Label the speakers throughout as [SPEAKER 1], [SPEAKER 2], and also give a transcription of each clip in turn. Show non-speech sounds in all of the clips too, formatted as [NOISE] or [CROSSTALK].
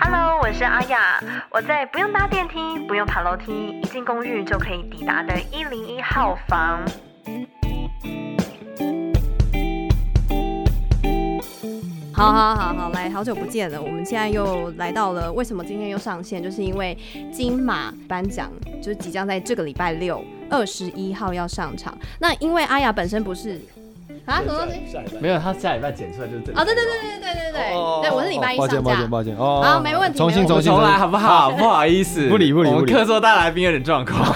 [SPEAKER 1] Hello，我是阿雅，我在不用搭电梯、不用爬楼梯，一进公寓就可以抵达的一零一号房。
[SPEAKER 2] 好好好好，来，好久不见了，我们现在又来到了。为什么今天又上线？就是因为金马颁奖就是即将在这个礼拜六二十一号要上场。那因为阿雅本身不是啊什么东西
[SPEAKER 3] 没有，他下礼拜剪出来就是这
[SPEAKER 2] 啊、对对对对对对对，对我是礼拜一
[SPEAKER 4] 抱
[SPEAKER 2] 上
[SPEAKER 4] 歉，抱歉，
[SPEAKER 2] 架。
[SPEAKER 4] 抱歉。哦，
[SPEAKER 2] 好没问题
[SPEAKER 4] 重新，
[SPEAKER 2] 没
[SPEAKER 4] 重
[SPEAKER 2] 问
[SPEAKER 3] 我
[SPEAKER 4] 新，
[SPEAKER 3] 重
[SPEAKER 4] 重
[SPEAKER 3] 来
[SPEAKER 4] 新。
[SPEAKER 3] 好不好？不好意思，
[SPEAKER 4] 不理不理
[SPEAKER 3] 我
[SPEAKER 4] 不
[SPEAKER 3] 们
[SPEAKER 4] 理
[SPEAKER 3] 客座大来宾有点状 [LAUGHS] 况，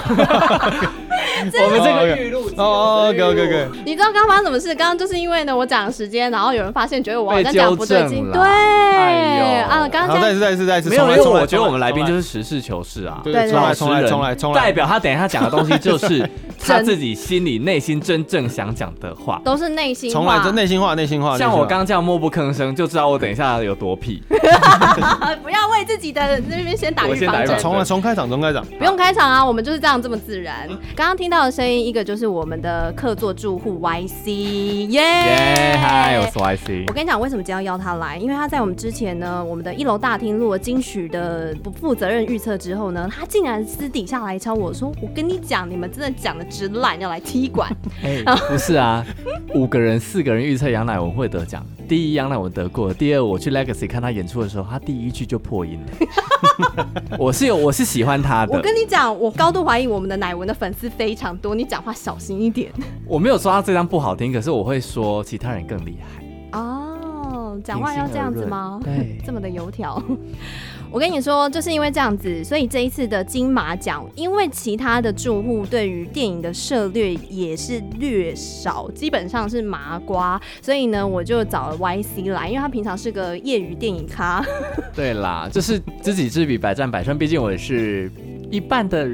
[SPEAKER 3] 我们这个预录节
[SPEAKER 4] 哦，OK OK
[SPEAKER 3] 我
[SPEAKER 4] OK，
[SPEAKER 2] 你知道刚刚发生什么事？刚刚就是因为呢，我讲时间，然后有人发现觉得我好像
[SPEAKER 3] 被
[SPEAKER 2] 讲不对
[SPEAKER 3] 纠
[SPEAKER 2] 劲，
[SPEAKER 3] 正了
[SPEAKER 2] 对，
[SPEAKER 3] 哎呦
[SPEAKER 2] 啊，刚
[SPEAKER 4] 好，
[SPEAKER 2] 刚
[SPEAKER 4] 再一
[SPEAKER 2] 在
[SPEAKER 4] 次，再一次，再一次，
[SPEAKER 3] 没有，
[SPEAKER 4] 重来
[SPEAKER 3] 因为
[SPEAKER 4] 重来
[SPEAKER 3] 我觉得我们来宾
[SPEAKER 4] 重
[SPEAKER 3] 就
[SPEAKER 4] 来
[SPEAKER 3] 是实事求是啊，
[SPEAKER 4] 对
[SPEAKER 2] 对
[SPEAKER 4] 重来，
[SPEAKER 3] 老实
[SPEAKER 4] 重来，
[SPEAKER 3] 人
[SPEAKER 4] 重来，重来。
[SPEAKER 3] 代表他等一下讲的东西就是 [LAUGHS] 他自己心里内心真正想讲的话。
[SPEAKER 2] 都是内心
[SPEAKER 4] 重
[SPEAKER 2] 话
[SPEAKER 4] 来，这内心话，内心话。
[SPEAKER 3] 像
[SPEAKER 4] 内心
[SPEAKER 3] 我
[SPEAKER 4] 话，
[SPEAKER 3] 刚这样默不吭声，就知道我等一下有多屁。 [LAUGHS]
[SPEAKER 2] 啊， [LAUGHS] 不要为自己的那边先打
[SPEAKER 3] 我
[SPEAKER 2] 预
[SPEAKER 3] 先打
[SPEAKER 2] 防
[SPEAKER 3] 预
[SPEAKER 2] 针
[SPEAKER 3] 防。
[SPEAKER 4] 重来，重开场，重开场。
[SPEAKER 2] 不用开场啊，我们就是这样这么自然。刚刚听到的声音，一个就是我们的客座住户 YC，耶！
[SPEAKER 3] 耶，嗨，我是 YC
[SPEAKER 2] 我。跟你讲，为什么今天要邀他来？因为他在我们之前呢，我们的一楼大厅录了金曲的不负责任预测之后呢，他竟然私底下来敲我说：“我跟你讲，你们真的讲的直烂，要来踢
[SPEAKER 3] [LAUGHS]
[SPEAKER 2] 馆。
[SPEAKER 3] 哎，
[SPEAKER 2] 哦
[SPEAKER 3] 不是啊，五个人四个人预测杨乃文会得奖。第一，杨乃文得过；第二，我去 Legacy 看他演出的时候，他第一句就破音了。 [LAUGHS] 我是有，我是喜欢他”的
[SPEAKER 2] 我，跟你讲，我高度怀疑我们的乃文的粉丝非常多，你讲话小心一点
[SPEAKER 3] 我没有说他这张不好听，可是我会说其他人更厉害。
[SPEAKER 2] 哦。讲话要这样子吗？
[SPEAKER 3] 对
[SPEAKER 2] 这么的油条。 [LAUGHS] 我跟你说，就是因为这样子，所以这一次的金马奖，因为其他的住户对于电影的涉略也是略少，基本上是麻瓜，所以呢，我就找了 YC 来，因为他平常是个业余电影
[SPEAKER 3] [LAUGHS]
[SPEAKER 2] 咖，
[SPEAKER 3] [LAUGHS] 对啦，就是知己知彼，百战百胜。毕竟我也是一半的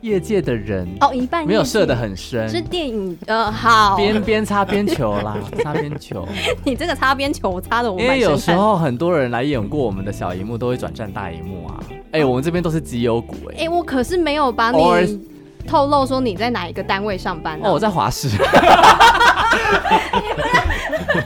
[SPEAKER 3] 业界的人，
[SPEAKER 2] 哦，一半
[SPEAKER 3] 没有
[SPEAKER 2] 业余
[SPEAKER 3] 射得很
[SPEAKER 2] 是
[SPEAKER 3] 深，
[SPEAKER 2] 电影，呃，好，
[SPEAKER 3] 边边擦边球啦，擦边球。
[SPEAKER 2] [LAUGHS] 你这个擦边球擦的我
[SPEAKER 3] 因
[SPEAKER 2] 蛮
[SPEAKER 3] 为哎有
[SPEAKER 2] 生
[SPEAKER 3] 时
[SPEAKER 2] 汗。
[SPEAKER 3] 候很多人来演过我们的小荧幕，都会转战大荧幕啊。
[SPEAKER 2] 哦
[SPEAKER 3] 哎、我们这边都是绩优股哎、
[SPEAKER 2] 哎、我可是没有把你
[SPEAKER 3] 偶尔
[SPEAKER 2] 透露说你在哪一个单位上班、啊、
[SPEAKER 3] 哦，我在
[SPEAKER 2] [LAUGHS]
[SPEAKER 3] 华视。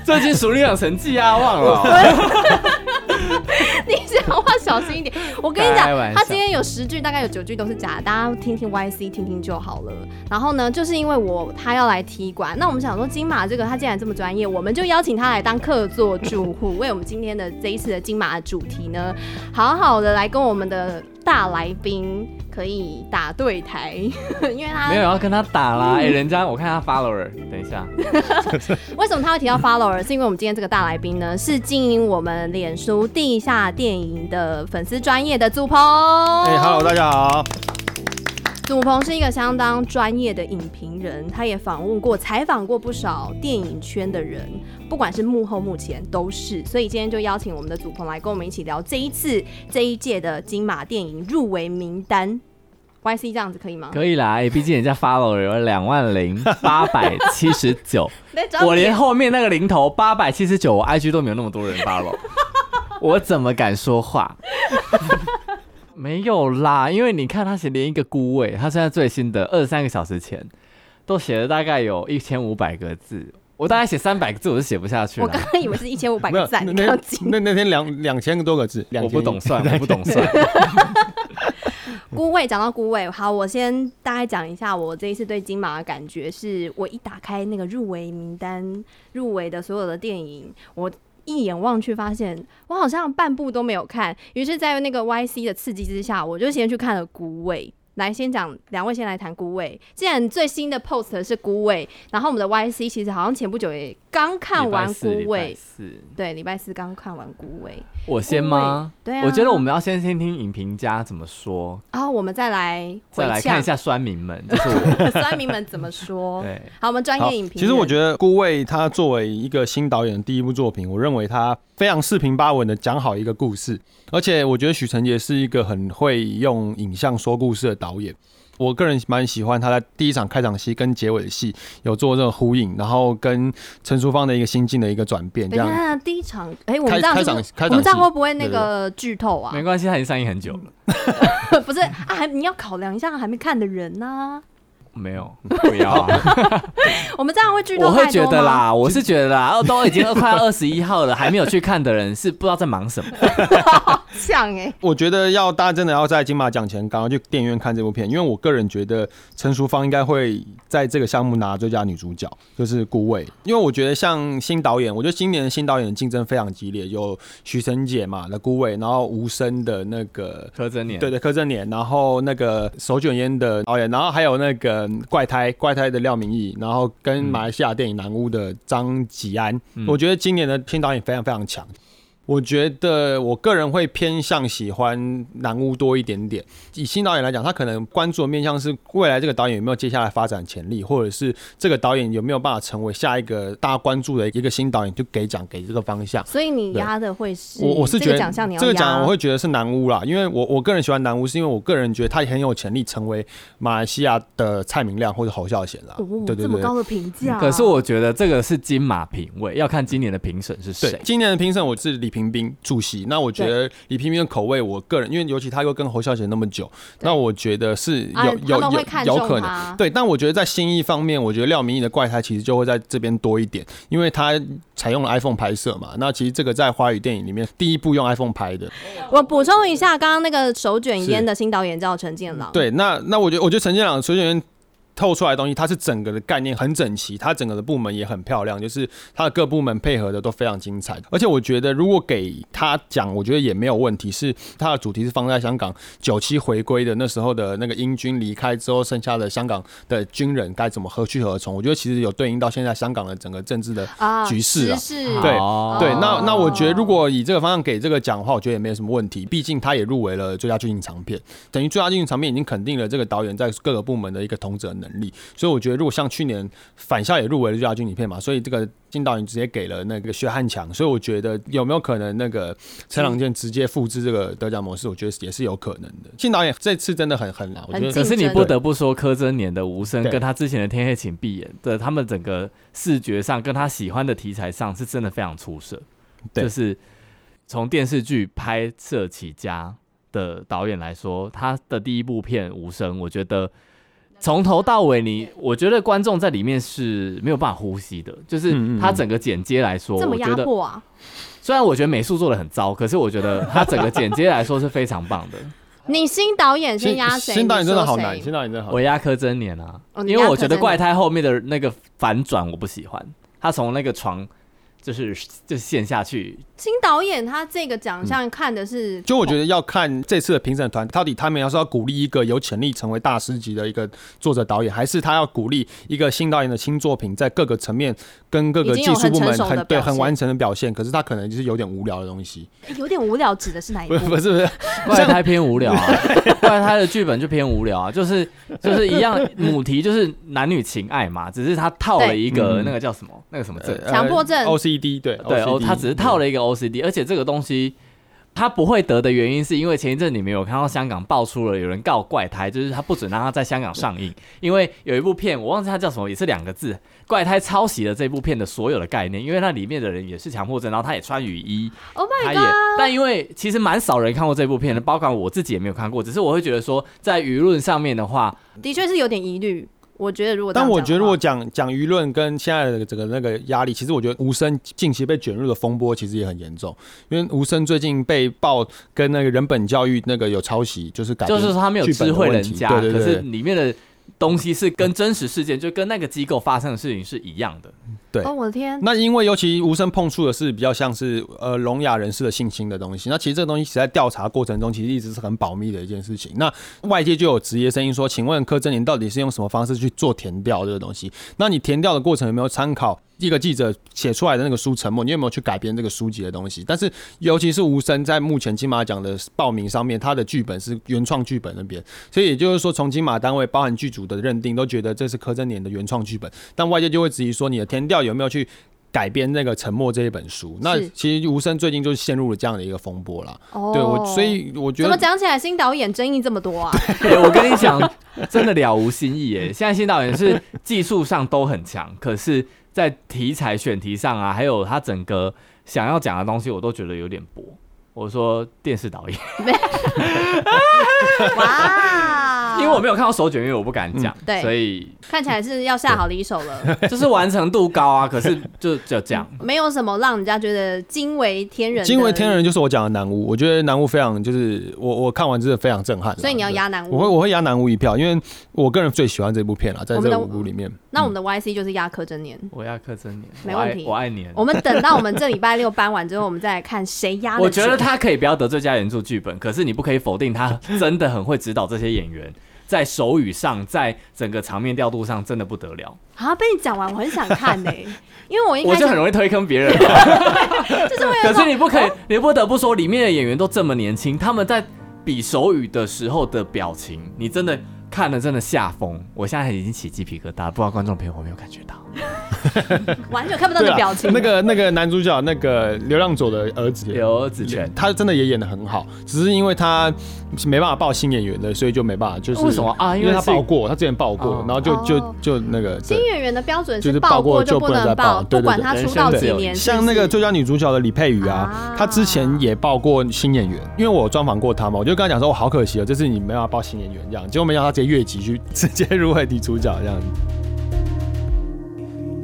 [SPEAKER 3] 最近熟女养成记啊，
[SPEAKER 2] [LAUGHS]
[SPEAKER 3] 忘了哦、
[SPEAKER 2] 你讲话小心一点。我跟你
[SPEAKER 3] 开
[SPEAKER 2] 讲，
[SPEAKER 3] 玩
[SPEAKER 2] 他
[SPEAKER 3] 笑
[SPEAKER 2] 今天有十句，大概有九句都是假的，大家听听 YC 听听就好了。然后呢，就是因为我他要来踢馆，那我们想说金马这个他既然这么专业，我们就邀请他来当客座住户，为我们今天的这一次的金马的主题呢，好好的来跟我们的大来宾可以打对台， [LAUGHS] 因为他
[SPEAKER 3] 没有要跟他打啦。哎、人家我看他 follower，等一下，
[SPEAKER 2] 为什么他会提到 follower？是因为我们今天这个大来宾呢，是经营我们脸书地下电影的粉丝专业的祖鹏。
[SPEAKER 4] 哎，Hello，大家好。
[SPEAKER 2] 祖鹏是一个相当专业的影评人，他也访问过、采访过不少电影圈的人，不管是幕后、幕前都是。所以今天就邀请我们的祖鹏来跟我们一起聊这一次这一届的金马电影入围名单。YC 这样子可以吗？
[SPEAKER 3] [LAUGHS] 可以啦。哎、毕竟人家 follower 有两万零八百七十九，
[SPEAKER 2] [LAUGHS] 那只要
[SPEAKER 3] 我连后面那个零头八百七十九，我 IG 都没有那么多人 follow，我怎么敢说话？ [LAUGHS] 没有啦，因为你看他写连一个孤位，他现在最新的二十三个小时前都写了大概有一千五百个字，我大概写三百个字我就写不下去
[SPEAKER 2] 我
[SPEAKER 3] 了
[SPEAKER 2] 刚。刚以为是一千五百
[SPEAKER 4] 没
[SPEAKER 2] 个
[SPEAKER 4] 有，
[SPEAKER 2] 赞，
[SPEAKER 4] 那
[SPEAKER 2] 你要
[SPEAKER 4] 那
[SPEAKER 2] 记
[SPEAKER 4] 那那天两两千多个字，
[SPEAKER 3] 我
[SPEAKER 4] 两
[SPEAKER 3] 不
[SPEAKER 4] [LAUGHS]
[SPEAKER 3] 懂算，我不
[SPEAKER 2] [LAUGHS]
[SPEAKER 3] 懂算。
[SPEAKER 2] 孤味讲到孤
[SPEAKER 3] 嗯
[SPEAKER 2] 味，好，我先大概讲一下我这一次对金马的感觉是，我一打开那个入围名单，入围的所有的电影，我一眼望去发现我好像半部都没有看，于是，在那个 Y C 的刺激之下，我就先去看了孤味。来先讲，两位先来谈孤位。既然最新的 post 是孤位，然后我们的 YC 其实好像前不久也刚看完孤
[SPEAKER 3] 礼拜
[SPEAKER 2] 位，
[SPEAKER 3] 四，礼拜四
[SPEAKER 2] 对，礼拜四刚看完孤位，
[SPEAKER 3] 我先吗？
[SPEAKER 2] 对啊
[SPEAKER 3] 我觉得我们要先先听影评家怎么说，
[SPEAKER 2] 然后我们再来回
[SPEAKER 3] 再来看
[SPEAKER 2] 呛
[SPEAKER 3] 一下酸民们，就是我。
[SPEAKER 5] [LAUGHS]
[SPEAKER 2] 酸民们怎么说
[SPEAKER 3] [LAUGHS] 对
[SPEAKER 2] 好，我们专
[SPEAKER 5] 好
[SPEAKER 2] 业影评人。
[SPEAKER 5] 其实我觉得顾魏他作为一个新导演的第一部作品，我认为他非常四平八稳的讲好一个故事，而且我觉得许承杰是一个很会用影像说故事的导演。我个人蛮喜欢他在第一场开场戏跟结尾的戏有做这种呼应，然后跟陈淑芳的一个心境的一个转变，这
[SPEAKER 2] 等一
[SPEAKER 5] 样
[SPEAKER 2] 下，第一场，哎、我们
[SPEAKER 5] 开
[SPEAKER 2] 这样是
[SPEAKER 5] 开
[SPEAKER 2] 不
[SPEAKER 5] 场
[SPEAKER 2] 是
[SPEAKER 5] 开
[SPEAKER 2] 我们
[SPEAKER 5] 场
[SPEAKER 2] 这样
[SPEAKER 5] 戏
[SPEAKER 2] 会不会那
[SPEAKER 5] 对对
[SPEAKER 2] 个剧透啊
[SPEAKER 3] 没？关系，他已经上映很久
[SPEAKER 2] [LAUGHS]
[SPEAKER 3] 了，
[SPEAKER 2] 不是啊，还你要考量一下还没看的人呐、
[SPEAKER 3] 没有，不要 [LAUGHS] 啊。
[SPEAKER 2] 我们这样会剧
[SPEAKER 3] 我
[SPEAKER 2] 透
[SPEAKER 3] 会
[SPEAKER 2] 太
[SPEAKER 3] 觉
[SPEAKER 2] 多
[SPEAKER 3] 得
[SPEAKER 2] 吗？
[SPEAKER 3] 啦，我是觉得啦，哦都已经快要二十一号了，还没有去看的人是不知道在忙什么。 [LAUGHS]
[SPEAKER 2] 像
[SPEAKER 3] 欸
[SPEAKER 2] 哎、
[SPEAKER 5] 我觉得要大家真的要在金马奖前赶快去电影院看这部片，因为我个人觉得陈淑芳应该会在这个项目拿最佳女主角，就是顾魏。因为我觉得像新导演，我觉得今年的新导演的竞争非常激烈，有许晨姐嘛的顾魏，然后无声的那个。
[SPEAKER 3] 柯震年，
[SPEAKER 5] 对对，柯震年，然后那个手卷烟的导演，然后还有那个怪胎怪胎的廖明义，然后跟马来西亚电影南屋的张吉安，我觉得今年的新导演非常非常强。我觉得我个人会偏向喜欢南屋多一点点。以新导演来讲，他可能关注的面向是未来这个导演有没有接下来发展潜力，或者是这个导演有没有办法成为下一个大家关注的一个新导演，就给奖给这个方向。
[SPEAKER 2] 所以你压的会是
[SPEAKER 5] 我我是
[SPEAKER 2] 这
[SPEAKER 5] 觉得
[SPEAKER 2] 个奖项你要
[SPEAKER 5] 这
[SPEAKER 2] 压，
[SPEAKER 5] 个奖我会觉得是南屋啦，因为我我个人喜欢南屋，是因为我个人觉得他很有潜力成为马来西亚的蔡明亮或者侯孝贤啦。
[SPEAKER 2] 哦
[SPEAKER 5] 对对
[SPEAKER 2] 这么
[SPEAKER 5] 对。啊
[SPEAKER 2] 高的评价。
[SPEAKER 3] 可是我觉得这个是金马评委，要看今年的评审是
[SPEAKER 5] 对
[SPEAKER 3] 谁，。
[SPEAKER 5] 今年的评审我是李平斌主席。那我觉得李平斌的口味，我个人因为尤其他又跟侯孝贤那么久，那我觉得是有、
[SPEAKER 2] 啊
[SPEAKER 5] 有
[SPEAKER 2] 他们会
[SPEAKER 5] 有
[SPEAKER 2] 看
[SPEAKER 5] 有
[SPEAKER 2] 中
[SPEAKER 5] 可
[SPEAKER 2] 他
[SPEAKER 5] 能。对，但我觉得在新意方面，我觉得廖明义的怪胎其实就会在这边多一点，因为他采用了 iPhone 拍摄嘛。那其实这个在华语电影里面第一部用 iPhone 拍的，
[SPEAKER 2] 我补充一下，刚刚那个手卷烟的新导演叫陈建朗，，
[SPEAKER 5] 对，那那我觉得，我觉得陈建朗、水选员透出来的东西，它是整个的概念很整齐，它整个的部门也很漂亮，就是它的各部门配合的都非常精彩。而且我觉得，如果给他讲，我觉得也没有问题。是它的主题是放在香港九七回归的那时候的那个英军离开之后，剩下的香港的军人该怎么何去何从？我觉得其实有对应到现在香港的整个政治的
[SPEAKER 2] 啊，
[SPEAKER 5] 局势啊
[SPEAKER 2] 时事
[SPEAKER 5] 对
[SPEAKER 3] 哦
[SPEAKER 5] 对，那那我觉得如果以这个方向给这个奖的话，我觉得也没有什么问题。毕竟他也入围了最佳剧情长片，等于最佳剧情长片已经肯定了这个导演在各个部门的一个统整能力。所以我觉得，如果像去年《返校》也入围了最佳剧情片嘛，所以这个金导演直接给了那个薛汉强。所以我觉得有没有可能那个陈朗健直接复制这个得奖模式，我觉得也是有可能的。金导演这次真的很很难，我觉
[SPEAKER 2] 很
[SPEAKER 5] 得
[SPEAKER 3] 可
[SPEAKER 2] 近
[SPEAKER 3] 是你不得不说，柯震年的无声
[SPEAKER 5] 对
[SPEAKER 3] 跟他之前的《天黑请闭眼》的，他们整个视觉上跟他喜欢的题材上是真的非常出色，
[SPEAKER 5] 对
[SPEAKER 3] 就是从电视剧拍摄起家的导演来说，他的第一部片《无声》，我觉得从头到尾你，
[SPEAKER 2] 嗯
[SPEAKER 3] 我觉得观众在里面是没有办法呼吸的，就是
[SPEAKER 5] 嗯嗯
[SPEAKER 3] 他整个剪接来说，
[SPEAKER 2] 这么
[SPEAKER 3] 我
[SPEAKER 2] 压
[SPEAKER 3] 觉得
[SPEAKER 2] 迫啊，
[SPEAKER 3] 虽然我觉得美术做的很糟，可是我觉得他整个剪接来说是非常棒的。
[SPEAKER 2] 你新导演先
[SPEAKER 5] 新
[SPEAKER 2] 压谁？
[SPEAKER 5] 新导演真的好
[SPEAKER 2] 你说
[SPEAKER 5] 难，
[SPEAKER 2] 谁
[SPEAKER 5] 新导演真的好难
[SPEAKER 3] 我。压柯震年啊，
[SPEAKER 2] 哦你
[SPEAKER 3] 因为
[SPEAKER 2] 压
[SPEAKER 3] 我
[SPEAKER 2] 柯
[SPEAKER 3] 觉得
[SPEAKER 2] 震
[SPEAKER 3] 怪
[SPEAKER 2] 年
[SPEAKER 3] 胎后面的那个反转我不喜欢，他从那个床就是就是陷下去，
[SPEAKER 2] 新导演他这个奖
[SPEAKER 5] 嗯
[SPEAKER 2] 项看的
[SPEAKER 3] [LAUGHS]
[SPEAKER 2] 是，
[SPEAKER 5] 就我觉得要看这次的评审团到底他们要是要鼓励一个有潜力成为大师级的一个作者导演，还是他要鼓励一个新导演的新作品在各个层面跟各个技术部
[SPEAKER 2] 已经有很成
[SPEAKER 5] 门
[SPEAKER 2] 熟的
[SPEAKER 5] 很对
[SPEAKER 2] 表现
[SPEAKER 5] 很完成的表现，可是他可能就是有点无聊的东西，
[SPEAKER 2] 哎有点无聊，指的是哪一
[SPEAKER 5] 不
[SPEAKER 2] 部
[SPEAKER 5] 是？不是不是，
[SPEAKER 3] 怪胎偏无
[SPEAKER 5] [LAUGHS]
[SPEAKER 3] 聊啊，怪胎的剧本就偏无聊啊，就是就是一样母题就是男女情爱嘛，只是他套了
[SPEAKER 2] 对
[SPEAKER 3] 一个
[SPEAKER 5] 嗯
[SPEAKER 3] 那个叫什么那个什么症，
[SPEAKER 5] 呃
[SPEAKER 2] 强迫症
[SPEAKER 5] OCD 对
[SPEAKER 3] 对哦，
[SPEAKER 5] OCD
[SPEAKER 3] 他只是套了一个 OCD，而且这个东西他不会得的原因，是因为前一阵你们有看到香港爆出了有人告怪胎，就是他不准让他在香港上
[SPEAKER 5] [LAUGHS]
[SPEAKER 3] 映，因为有一部片我忘记它叫什么，也是两个字，怪胎抄袭了这部片的所有的概念，因为那里面的人也是强迫症，然后他也穿雨衣，
[SPEAKER 2] ，Oh
[SPEAKER 3] 他
[SPEAKER 2] my
[SPEAKER 3] 也
[SPEAKER 2] god！，
[SPEAKER 3] 但因为其实蛮少人看过这部片的，包括我自己也没有看过，只是我会觉得说在舆论上面的话，
[SPEAKER 2] 的确是有点疑虑。我觉得如果这样讲
[SPEAKER 5] 但
[SPEAKER 2] 的话，
[SPEAKER 5] 我觉得，如果讲讲舆论跟现在的整个那个压力，其实我觉得无声近期被卷入的风波其实也很严重，因为无声最近被曝跟那个人本教育那个有抄袭，就是改编
[SPEAKER 3] 就是说他没有
[SPEAKER 5] 剧本
[SPEAKER 3] 知
[SPEAKER 5] 的
[SPEAKER 3] 会
[SPEAKER 5] 问
[SPEAKER 3] 人
[SPEAKER 5] 题
[SPEAKER 3] 家，
[SPEAKER 5] 对对对，
[SPEAKER 3] 可是里面的东西是跟真实事件，就跟那个机构发生的事情是一样的。
[SPEAKER 5] 对
[SPEAKER 2] 哦，我的天，
[SPEAKER 5] 那因为尤其无声碰触的是比较像是呃聋哑人士的性侵的东西，那其实这个东西其实在调查过程中其实一直是很保密的一件事情。那外界就有职业声音说，请问柯震年到底是用什么方式去做填调这个东西？那你填调的过程有没有参考一个记者写出来的那个书沉默？你有没有去改编这个书籍的东西？但是尤其是无声在目前金马奖的报名上面，他的剧本是原创剧本那边，所以也就是说从金马单位包含剧组的认定都觉得这是柯震年的原创剧本，但外界就会质疑说你的填调有没有去改编那个《沉默》这一本书。那
[SPEAKER 2] 是
[SPEAKER 5] 其实无声最近就陷入了这样的一个风波啦。
[SPEAKER 2] 哦
[SPEAKER 5] 对我，所以我觉
[SPEAKER 2] 怎么
[SPEAKER 5] 得。
[SPEAKER 2] 讲起来新导演争议这么多啊？
[SPEAKER 3] [LAUGHS] 对，我跟你讲，真的了无新意耶。现在新导演是技术上都很强，可是，在题材选题上啊，还有他整个想要讲的东西，我都觉得有点薄。我说电视导演，
[SPEAKER 2] 哇，
[SPEAKER 3] [LAUGHS]
[SPEAKER 5] [LAUGHS]
[SPEAKER 3] 因为我没有看到手卷因为我不敢讲，
[SPEAKER 2] 啊嗯对
[SPEAKER 3] 所以
[SPEAKER 2] 看起来是要下好离手了，
[SPEAKER 3] 就是完成度高啊。可是就就这样，
[SPEAKER 2] 没有什么让人家觉得惊为天人，
[SPEAKER 5] 惊为天人，就是我讲的南屋，我觉得南屋非常就是我我看完真的非常震撼啦，
[SPEAKER 2] 所以你要
[SPEAKER 5] 对
[SPEAKER 2] 压南
[SPEAKER 5] 我会
[SPEAKER 2] 屋。
[SPEAKER 5] 我会压南屋一票，因为我个人最喜欢这部片了，在
[SPEAKER 2] 我们
[SPEAKER 5] 这
[SPEAKER 2] 的
[SPEAKER 5] 五部里面，
[SPEAKER 2] 那我们的 YC 就是压柯震
[SPEAKER 5] 嗯
[SPEAKER 2] 年。
[SPEAKER 3] [LAUGHS] 我要克真你，
[SPEAKER 2] 没
[SPEAKER 3] 我爱
[SPEAKER 2] 问题
[SPEAKER 3] 我爱你。
[SPEAKER 2] 我们等到我们这礼拜六搬完之后，我们再来看谁压。
[SPEAKER 3] 我觉得，他可以不要得罪家原著剧本，可是你不可以否定他真的很会指导这些演员，在手语上，在整个场面调度上真的不得了，
[SPEAKER 2] 啊，被你讲完，我很想看呢、
[SPEAKER 5] [LAUGHS]
[SPEAKER 2] 因为我一
[SPEAKER 3] 我
[SPEAKER 2] 开始
[SPEAKER 3] 就很容易推坑别人。
[SPEAKER 2] 就是会有
[SPEAKER 3] [LAUGHS] 可
[SPEAKER 2] 一种
[SPEAKER 3] 是你不可以，你不得不说，里面的演员都这么年轻，他们在比手语的时候的表情，你真的看了真的吓疯。我现在已经起鸡皮疙瘩，不知道观众朋友有没有感觉到？
[SPEAKER 2] 完全看不到你的
[SPEAKER 5] 对啦
[SPEAKER 2] 表情。
[SPEAKER 5] 那个那个男主角那个流浪者的儿子，
[SPEAKER 3] 刘子权，
[SPEAKER 5] 他真的也演的很好，只是因为他没办法报新演员的，所以就没办法，就是
[SPEAKER 3] 为什么啊因
[SPEAKER 5] 因
[SPEAKER 3] 为
[SPEAKER 5] 为他
[SPEAKER 3] 是
[SPEAKER 5] 报过，他之前报过
[SPEAKER 3] 哦，
[SPEAKER 5] 然后就
[SPEAKER 2] 哦
[SPEAKER 5] 就就那个对
[SPEAKER 2] 新演员的标准
[SPEAKER 5] 就是是
[SPEAKER 2] 报
[SPEAKER 5] 报过
[SPEAKER 2] 就
[SPEAKER 5] 就
[SPEAKER 2] 不
[SPEAKER 5] 不能
[SPEAKER 2] 能
[SPEAKER 5] 再
[SPEAKER 2] 报，
[SPEAKER 5] 报对
[SPEAKER 2] 不
[SPEAKER 5] 对
[SPEAKER 2] 管
[SPEAKER 5] 对
[SPEAKER 2] 他出
[SPEAKER 3] 人生
[SPEAKER 2] 道
[SPEAKER 3] 只
[SPEAKER 2] 几
[SPEAKER 3] 有一
[SPEAKER 2] 年，
[SPEAKER 5] 像那个最佳女主角的李佩瑜
[SPEAKER 2] 啊
[SPEAKER 5] 啊，她之前也报过新演员，因为我专访过她嘛，我就跟她讲说，哦，好可惜哦，这次你没办法报新演员这样，结果没想到她直接越级去直接入围女主角这样。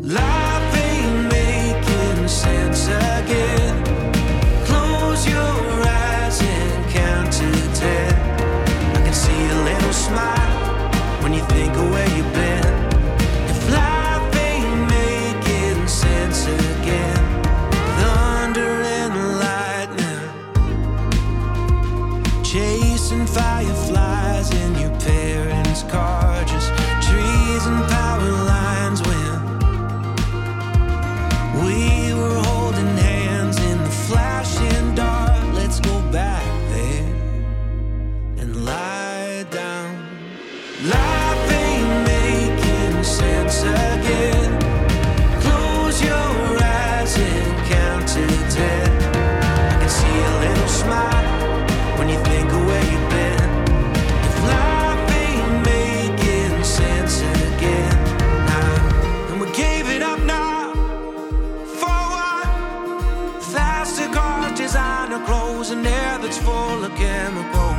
[SPEAKER 6] Life ain't making sense again. Close your eyes and count to ten. I can see a little smile when you think of where you've been. If life ain't making sense again, thunder and lightning, chasing fireflies in your parents' car, just trees and power lines when. We were holding hands in the flashing dark. Let's go back there and lie down. Life ain't making sense again. Close your eyes and count to ten. I can see a little smile when you think of where you've been. If life ain't making sense again, nah, and we gave it up now. Forward, faster cars, designer clothes, and air that's full of chemical.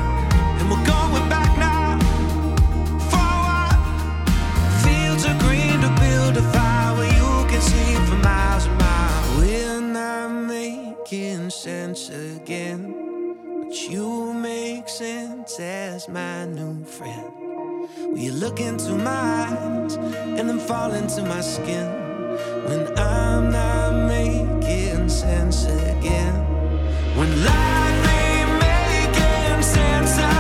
[SPEAKER 6] And we're going back now. Forward, fields are green to build a fire where you can see for miles and miles. We're not making sense again, but you make sense as my new friend. Will you look into my eyes and then fall into my skin? When I'm not making sense again. When life ain't making sense again.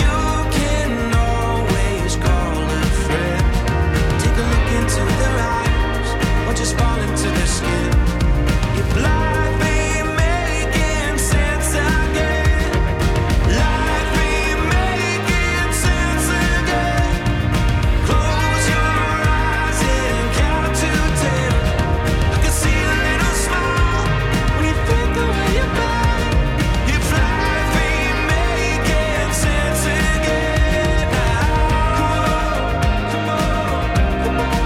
[SPEAKER 6] You can always call a friend. Take a look into their eyes or just fall into their skin. If life ain't making sense again. Life ain't making sense again. Close your eyes and count to ten. I can see a little smile when you think of where you've been. If life ain't making sense again, come on, come on, come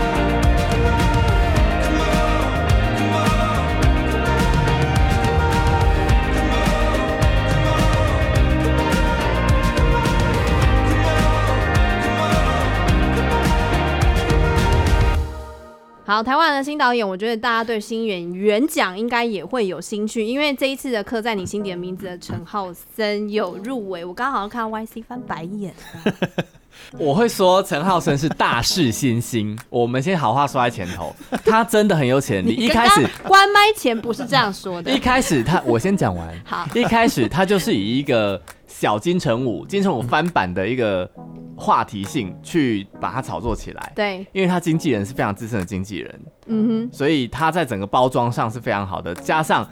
[SPEAKER 2] 好，台湾的新导演，我觉得大家对新演员奖应该也会有兴趣，因为这一次的刻在你心底的名字的陈浩森有入围，我刚好看到 YC 翻白眼，
[SPEAKER 3] 我会说陈浩生是大事新星。我们先好话说在前头，他真的很有潜
[SPEAKER 2] [LAUGHS]
[SPEAKER 3] 力。 [LAUGHS] 一开始
[SPEAKER 2] 刚刚关麦前不是这样说的
[SPEAKER 3] [LAUGHS] 一，开始他，我先讲完。
[SPEAKER 2] [LAUGHS] 好
[SPEAKER 3] 一开始他就是以一个小金城武、金城武翻版的一个话题性去把它炒作起来。，
[SPEAKER 2] 对，
[SPEAKER 3] 因为他经纪人是非常资深的经纪人，
[SPEAKER 2] 嗯
[SPEAKER 3] 所以他在整个包装上是非常好的，加上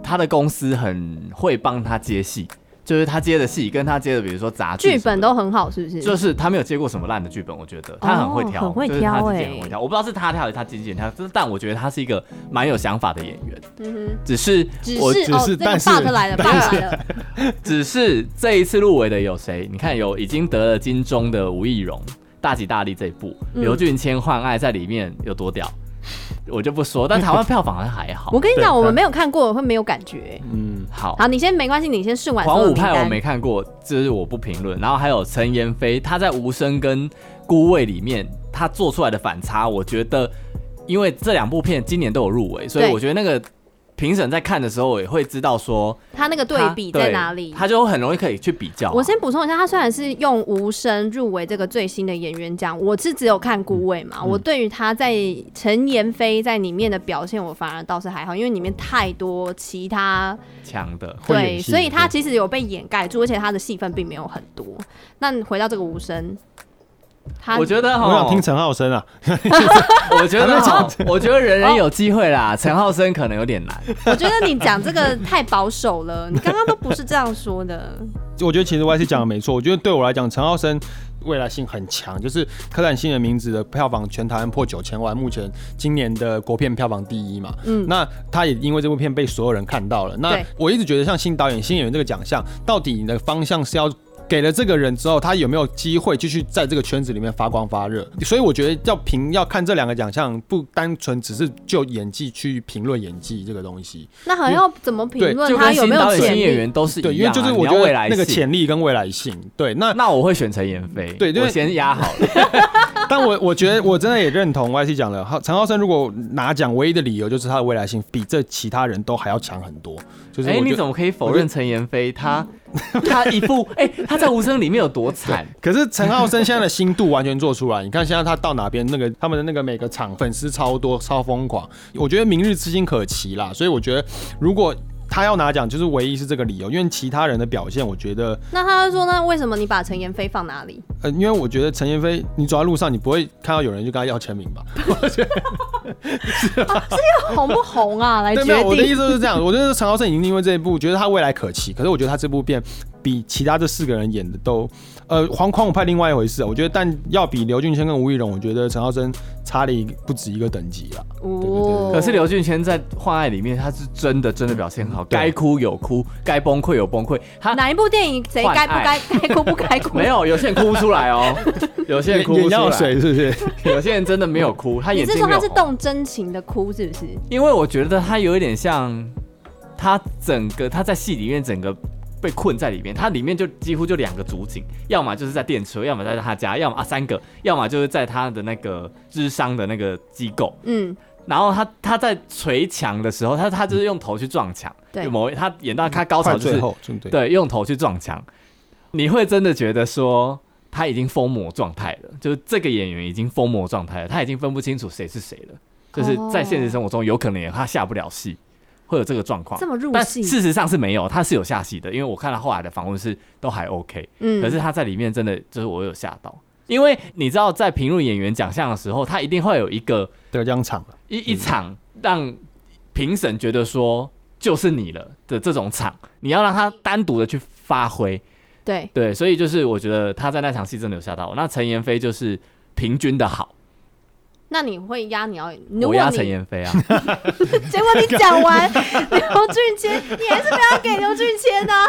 [SPEAKER 3] 他的公司很会帮他接戏，就是他接的戏跟他接的，比如说杂
[SPEAKER 2] 哼，
[SPEAKER 3] 志什么
[SPEAKER 2] 剧
[SPEAKER 3] 的
[SPEAKER 2] 本都很哦好，是不是？
[SPEAKER 3] 就是他没有接过什么烂的剧本，我觉得他很会挑，
[SPEAKER 7] 很会
[SPEAKER 3] 就是他
[SPEAKER 7] 挑
[SPEAKER 3] 自己
[SPEAKER 7] 欸
[SPEAKER 3] 很会挑。我不知道是他挑还是他经纪人挑，就是但我觉得他是一个蛮有想法的演员。
[SPEAKER 2] 嗯哼，
[SPEAKER 3] 只是
[SPEAKER 2] 只
[SPEAKER 3] 我
[SPEAKER 2] 是
[SPEAKER 5] 只
[SPEAKER 2] 哦，
[SPEAKER 5] 是
[SPEAKER 2] 这个
[SPEAKER 5] [LAUGHS] 但是
[SPEAKER 2] bug 来了，bug 来了，
[SPEAKER 3] 只是这一次入围的有谁？你看有已经得了金钟的吴亦荣，《大吉大利》这一部，
[SPEAKER 2] 嗯
[SPEAKER 3] 刘俊谦换爱在里面有多屌，我就不说。但台湾票房好像还好
[SPEAKER 2] 我。跟你讲，
[SPEAKER 5] 对
[SPEAKER 2] 我们没有看过，会没有感觉。
[SPEAKER 5] 嗯，
[SPEAKER 3] 好，
[SPEAKER 2] 好，你先没关系，你先顺完所
[SPEAKER 3] 黄
[SPEAKER 2] 有
[SPEAKER 3] 武
[SPEAKER 2] 名单。
[SPEAKER 3] 派我没看过，这是我不评论。然后还有陈妍霏，她在《无声》跟《孤味》里面，她做出来的反差，我觉得，因为这两部片今年都有入围，所以
[SPEAKER 2] 对
[SPEAKER 3] 我觉得那个评审在看的时候也会知道说
[SPEAKER 2] 他那个对
[SPEAKER 3] 她
[SPEAKER 2] 比在哪里？
[SPEAKER 3] 他就很容易可以去比较啊、
[SPEAKER 2] 我先补充一下，他虽然是用无声入围这个最新的演员奖，我是只有看顾魏嘛，我对于他在陈妍霏在里面的表现，我反而倒是还好，因为里面太多其他
[SPEAKER 3] 强的，
[SPEAKER 5] 会
[SPEAKER 2] 对，
[SPEAKER 5] 演戏
[SPEAKER 2] 所以
[SPEAKER 5] 的
[SPEAKER 2] 他其实有被掩盖住，而且他的戏份并没有很多。那回到这个无声，他
[SPEAKER 3] 我觉得哈，
[SPEAKER 5] 我想听陈浩生啊，
[SPEAKER 3] 我觉得哈，我觉得人人有机
[SPEAKER 2] [LAUGHS]
[SPEAKER 3] 会啦，陈浩生可能有点难。
[SPEAKER 2] 我觉得你讲这个太保守了，你刚刚都不是这样说的。
[SPEAKER 5] 我觉得其实 Y C 讲的没错，我觉得对我来讲，陈浩生未来性很强，就是《柯南新的名字》的票房全台湾破九千万，目前今年的国片票房第一嘛。
[SPEAKER 2] 嗯
[SPEAKER 5] 那他也因为这部片被所有人看到了。那
[SPEAKER 2] 对
[SPEAKER 5] 我一直觉得像新导演、新演员这个奖项，到底你的方向是要？给了这个人之后，他有没有机会继续在这个圈子里面发光发热？所以我觉得要评要看这两个奖项，不单纯只是就演技去评论演技这个东西。
[SPEAKER 2] 那好像要怎么评论
[SPEAKER 3] 就
[SPEAKER 2] 他
[SPEAKER 3] 跟
[SPEAKER 2] 有
[SPEAKER 3] 新
[SPEAKER 2] 没有
[SPEAKER 3] 导演、
[SPEAKER 2] 潜
[SPEAKER 3] 新演
[SPEAKER 2] 力？
[SPEAKER 3] 员都是
[SPEAKER 5] 对，
[SPEAKER 3] 一
[SPEAKER 5] 因为
[SPEAKER 3] 样啊
[SPEAKER 5] 就是
[SPEAKER 3] 你
[SPEAKER 5] 我
[SPEAKER 3] 要
[SPEAKER 5] 觉
[SPEAKER 3] 未
[SPEAKER 5] 得
[SPEAKER 3] 来
[SPEAKER 5] 那个
[SPEAKER 3] 性
[SPEAKER 5] 潜力跟未来性。对，那
[SPEAKER 3] 那我会选陈妍霏，
[SPEAKER 5] 对因为
[SPEAKER 3] 我先压好了。
[SPEAKER 5] [LAUGHS] 但我我觉得我真的也认同 YC 讲了，浩陈浩生如果拿奖，唯一的理由就是他的未来性比这其他人都还要强很多。就是
[SPEAKER 3] 哎、
[SPEAKER 5] 我
[SPEAKER 3] 你
[SPEAKER 5] 觉
[SPEAKER 3] 怎
[SPEAKER 5] 得，
[SPEAKER 3] 么可以否认陈妍霏？她她一副哎、她在《无声》里面有多惨？
[SPEAKER 5] 可是陈浩生现在的心度完全做出来，你看现在他到哪边，那个他们的那个每个场粉丝超多，超疯狂。我觉得明日之星可期啦，所以我觉得如果他要拿奖，就是唯一是这个理由，因为其他人的表现，我觉得，
[SPEAKER 2] 那他就说，那为什么你把陈妍霏放哪里？
[SPEAKER 5] 呃，因为我觉得陈妍霏，你走在路上，你不会看到有人就跟他要签名吧？
[SPEAKER 2] 红不红啊？来
[SPEAKER 5] 对，
[SPEAKER 2] 决
[SPEAKER 5] 没有，我的意
[SPEAKER 2] 定。
[SPEAKER 5] 思就是这样。 [LAUGHS] 我觉得陈浩生已经因为这一部，觉得他未来可期。可是我觉得他这部片比其他这四个人演的都，呃，黄狂舞派另外一回事啊。我觉得，但要比刘俊谦跟吴亦龙，我觉得陈浩生差了一不止一个等级了。
[SPEAKER 2] 哦
[SPEAKER 3] 可是刘俊谦在《换爱》里面，他是真的真的表现很好，
[SPEAKER 5] 对
[SPEAKER 3] 该哭有哭，该崩溃有崩溃。他
[SPEAKER 2] 哪一部电影谁该不该该哭不该哭？
[SPEAKER 3] [LAUGHS] 没，有，有些人哭不出来
[SPEAKER 5] [LAUGHS]
[SPEAKER 3] 哦，有些人哭不
[SPEAKER 5] 眼
[SPEAKER 3] 出
[SPEAKER 5] 药
[SPEAKER 3] 来，
[SPEAKER 5] 水是不是？
[SPEAKER 3] 有些人真的没有哭，他
[SPEAKER 2] 你
[SPEAKER 3] 眼
[SPEAKER 2] 是
[SPEAKER 3] 睛
[SPEAKER 2] 说
[SPEAKER 3] 没有
[SPEAKER 2] 他是
[SPEAKER 3] 红
[SPEAKER 2] 动真情的哭是不是？
[SPEAKER 3] 因为我觉得他有一点像，他整个他在戏里面整个被困在里面，他里面就几乎就两个主景，要么就是在电车，要么在他家，要么啊三个，要么就是在他的那个智商的那个机构。
[SPEAKER 2] 嗯，
[SPEAKER 3] 然后他他在捶墙的时候，他他就是用头去撞墙，
[SPEAKER 2] 对
[SPEAKER 3] 就某一他演到他高潮
[SPEAKER 5] 快
[SPEAKER 3] 就
[SPEAKER 5] 最
[SPEAKER 3] 是
[SPEAKER 5] 后，对不对？
[SPEAKER 3] 对用头去撞墙，你会真的觉得说。他已经疯魔状态了，就是这个演员已经疯魔状态了，他已经分不清楚谁是谁了。就是在现实生活中，有可能也他下不了戏，会有这个状况
[SPEAKER 2] 这。么入
[SPEAKER 3] 但
[SPEAKER 2] 戏，
[SPEAKER 3] 事实上是没有，他是有下戏的，因为我看到后来的访问是都还 OK，、
[SPEAKER 2] 嗯
[SPEAKER 3] 可是他在里面真的就是我有吓到，因为你知道在评论演员奖项的时候，他一定会有一个
[SPEAKER 5] 得奖场了。
[SPEAKER 3] 一一场让评审觉得说就是你了的这种场，你要让他单独的去发挥，
[SPEAKER 2] 对，
[SPEAKER 3] 对，所以就是我觉得他在那场戏真的有吓到我。那陈妍霏就是平均的好，
[SPEAKER 2] 那你会压你要，如
[SPEAKER 3] 我
[SPEAKER 2] 果
[SPEAKER 3] 压
[SPEAKER 2] 你
[SPEAKER 3] 陈妍霏啊。
[SPEAKER 2] [LAUGHS] 结果你讲
[SPEAKER 3] [LAUGHS]
[SPEAKER 2] 完刘俊谦，你还是不要给刘俊谦啊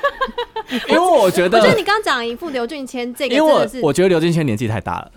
[SPEAKER 3] [LAUGHS]
[SPEAKER 2] 呢、
[SPEAKER 3] 因为我觉
[SPEAKER 2] 我
[SPEAKER 3] 得，
[SPEAKER 2] 觉得你刚刚讲一副刘俊谦这个
[SPEAKER 3] 因为
[SPEAKER 2] 真
[SPEAKER 3] 我
[SPEAKER 2] 的是
[SPEAKER 3] 我觉得刘俊谦年纪太
[SPEAKER 5] [LAUGHS]
[SPEAKER 3] 大了，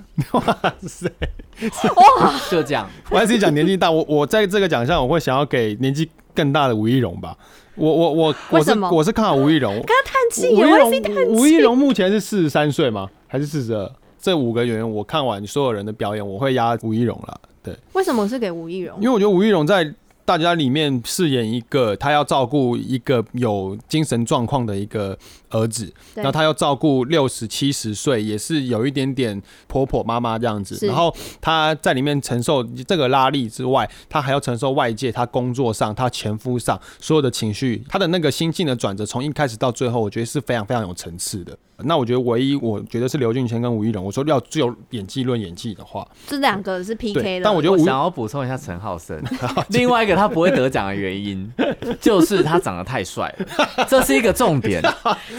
[SPEAKER 3] 哇塞， [LAUGHS] 就这样，
[SPEAKER 5] 我还是讲年纪大，我我在这个奖项，我会想要给年纪更大的吴亦荣吧。我我我我
[SPEAKER 2] 为
[SPEAKER 5] 是
[SPEAKER 2] 什么
[SPEAKER 5] 我是看好吴亦荣，
[SPEAKER 2] 跟他叹气，
[SPEAKER 5] 吴
[SPEAKER 2] 我
[SPEAKER 5] 亦
[SPEAKER 2] 会
[SPEAKER 5] 荣，吴亦荣目前是四十三岁吗？还是四十二？这五个演员，我看完所有人的表演，我会压吴亦荣了。对，
[SPEAKER 2] 为什么是给吴亦荣
[SPEAKER 5] 因？为我觉得吴亦荣在大家里面饰演一个他要照顾一个有精神状况的一个儿子，
[SPEAKER 2] 对
[SPEAKER 5] 那他要照顾六十七十岁，也是有一点点婆婆妈妈这样子
[SPEAKER 2] 是。
[SPEAKER 5] 然后他在里面承受这个拉力之外，他还要承受外界他工作上、他前夫上所有的情绪，他的那个心境的转折，从一开始到最后，我觉得是非常非常有层次的。那我觉得唯一我觉得是刘俊谦跟吴亦龙，我说要只有演技论演技的话，
[SPEAKER 2] 这两个是 PK
[SPEAKER 5] 对
[SPEAKER 2] 的，，
[SPEAKER 5] 但我觉得
[SPEAKER 3] 我
[SPEAKER 5] 吴
[SPEAKER 3] 想要补充一下陈浩
[SPEAKER 5] [LAUGHS]
[SPEAKER 3] 森，另外一个他不会得奖的原因，就是他长得太帅了，这是一个重
[SPEAKER 5] [LAUGHS]
[SPEAKER 3] 点。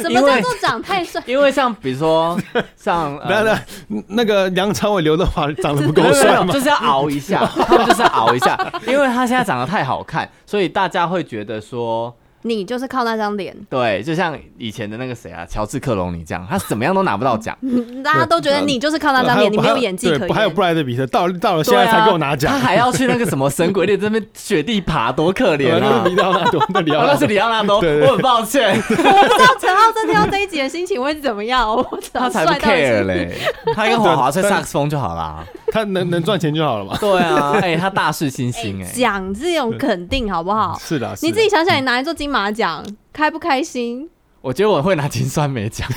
[SPEAKER 2] 什么叫做长太帅？
[SPEAKER 3] 因为像比如说像
[SPEAKER 5] [LAUGHS] 不要
[SPEAKER 3] 呃
[SPEAKER 5] 不要，那个梁朝伟、刘德华长得不
[SPEAKER 2] [LAUGHS]
[SPEAKER 3] 没
[SPEAKER 5] 够
[SPEAKER 3] 有没有
[SPEAKER 5] 帅吗
[SPEAKER 3] 就？是要熬一 [LAUGHS] 下，他们就是要熬一下，因为他现在长得太好看，所以大家会觉得说，
[SPEAKER 2] 你就是靠那张脸，
[SPEAKER 3] 对，就像以前的那个谁啊，乔治克隆尼这样，他怎么样都拿不到奖，
[SPEAKER 2] 大家都觉得你就是靠那张
[SPEAKER 3] 呃
[SPEAKER 2] 脸，你没有演技
[SPEAKER 5] 对
[SPEAKER 2] 可
[SPEAKER 5] 还有
[SPEAKER 2] 言
[SPEAKER 5] 布。莱德比特，到到了现
[SPEAKER 3] [LAUGHS] 对
[SPEAKER 5] 在
[SPEAKER 3] 啊
[SPEAKER 5] 才给我拿奖
[SPEAKER 3] 他，还要去那个什么神鬼猎这边雪地爬，多可
[SPEAKER 5] 对
[SPEAKER 3] 怜啊 [LAUGHS]
[SPEAKER 5] 那！里奥纳多，那里奥
[SPEAKER 3] 哦
[SPEAKER 5] 纳
[SPEAKER 3] 那是
[SPEAKER 5] 多。
[SPEAKER 3] 里奥纳多，
[SPEAKER 5] 对对
[SPEAKER 3] 我很抱歉，
[SPEAKER 5] [LAUGHS]
[SPEAKER 2] 我不知道陈浩真听到这一集的心情会怎么样，我不知道
[SPEAKER 3] 他才不
[SPEAKER 2] 帅到底
[SPEAKER 3] care
[SPEAKER 2] 是 [LAUGHS]
[SPEAKER 3] 嘞，他跟华华吹萨克斯风就好啦。
[SPEAKER 5] 他能能赚钱就好了嘛。
[SPEAKER 3] 对啊，哎，他大事新星哎，
[SPEAKER 2] 讲这种肯定好不好？
[SPEAKER 5] 是的，是的
[SPEAKER 2] 你自己想想，你拿来做金马奖，开不开心？
[SPEAKER 3] 我觉得我会拿金酸梅奖。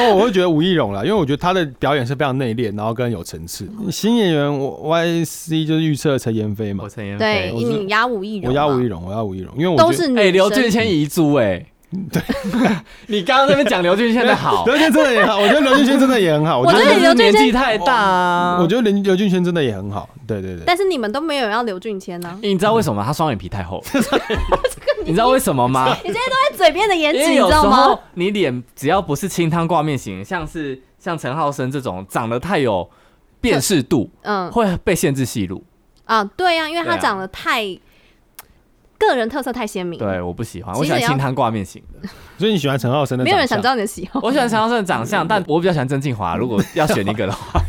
[SPEAKER 5] 哦，我会觉得吴亦荣啦，因为我觉得他的表演是非常内敛，然后跟有层次。
[SPEAKER 2] 嗯
[SPEAKER 5] 新演员我 YC 就是预测陈妍霏
[SPEAKER 3] [LAUGHS]
[SPEAKER 5] 嘛
[SPEAKER 3] 我，陈妍
[SPEAKER 2] 对，
[SPEAKER 3] 霏，
[SPEAKER 5] 我是
[SPEAKER 2] 你压吴亦
[SPEAKER 5] 我
[SPEAKER 2] 荣嘛，
[SPEAKER 5] 压吴亦荣，我压吴亦荣，因为我
[SPEAKER 2] 都
[SPEAKER 5] 觉得
[SPEAKER 2] 是女
[SPEAKER 3] 哎，
[SPEAKER 2] 生
[SPEAKER 3] 刘俊谦遗珠哎， [LAUGHS] 对，你刚刚那边讲刘俊谦的好，
[SPEAKER 5] 刘俊真的也好，我觉得刘俊轩真的也很好，我
[SPEAKER 2] 我
[SPEAKER 5] 觉
[SPEAKER 2] 觉
[SPEAKER 5] 得
[SPEAKER 2] 得刘俊
[SPEAKER 3] 年纪
[SPEAKER 2] 谦，
[SPEAKER 3] 太大啊。
[SPEAKER 5] 我觉得刘刘俊轩真的也很好，对对对。
[SPEAKER 2] 但是你们都没有要刘俊谦啊呢、
[SPEAKER 3] 你知道为什么他双眼皮太 [LAUGHS] 厚？你知道为什么 [LAUGHS] 吗？
[SPEAKER 2] 你现在
[SPEAKER 5] 哎
[SPEAKER 2] 都在哎啊嘴边的颜
[SPEAKER 3] 因
[SPEAKER 2] 值，
[SPEAKER 3] 为
[SPEAKER 2] 你
[SPEAKER 3] 有
[SPEAKER 2] 知
[SPEAKER 3] 时
[SPEAKER 2] 道
[SPEAKER 3] 候
[SPEAKER 2] 吗？
[SPEAKER 3] 你脸只要不是清汤挂面型，像是像陈浩生这种长得太有辨识度，
[SPEAKER 2] 嗯
[SPEAKER 3] 会被限制戏路。
[SPEAKER 2] 啊，对啊，因为
[SPEAKER 3] 对
[SPEAKER 2] 他
[SPEAKER 3] 啊
[SPEAKER 2] 长得太、个人特色太鲜明，
[SPEAKER 5] 啊
[SPEAKER 3] 对，我不喜欢，
[SPEAKER 2] 嗯其实
[SPEAKER 3] 我喜欢
[SPEAKER 2] 也要
[SPEAKER 3] 清汤挂面型
[SPEAKER 2] [LAUGHS]
[SPEAKER 3] 的。
[SPEAKER 5] 所以你喜欢陈浩生的？
[SPEAKER 2] 没有人想知。道你的喜好。
[SPEAKER 3] 我喜欢陈浩生的长
[SPEAKER 2] 嗯
[SPEAKER 3] 相，但我比较喜欢曾静华。如果要选一个的
[SPEAKER 2] [LAUGHS]
[SPEAKER 3] 话，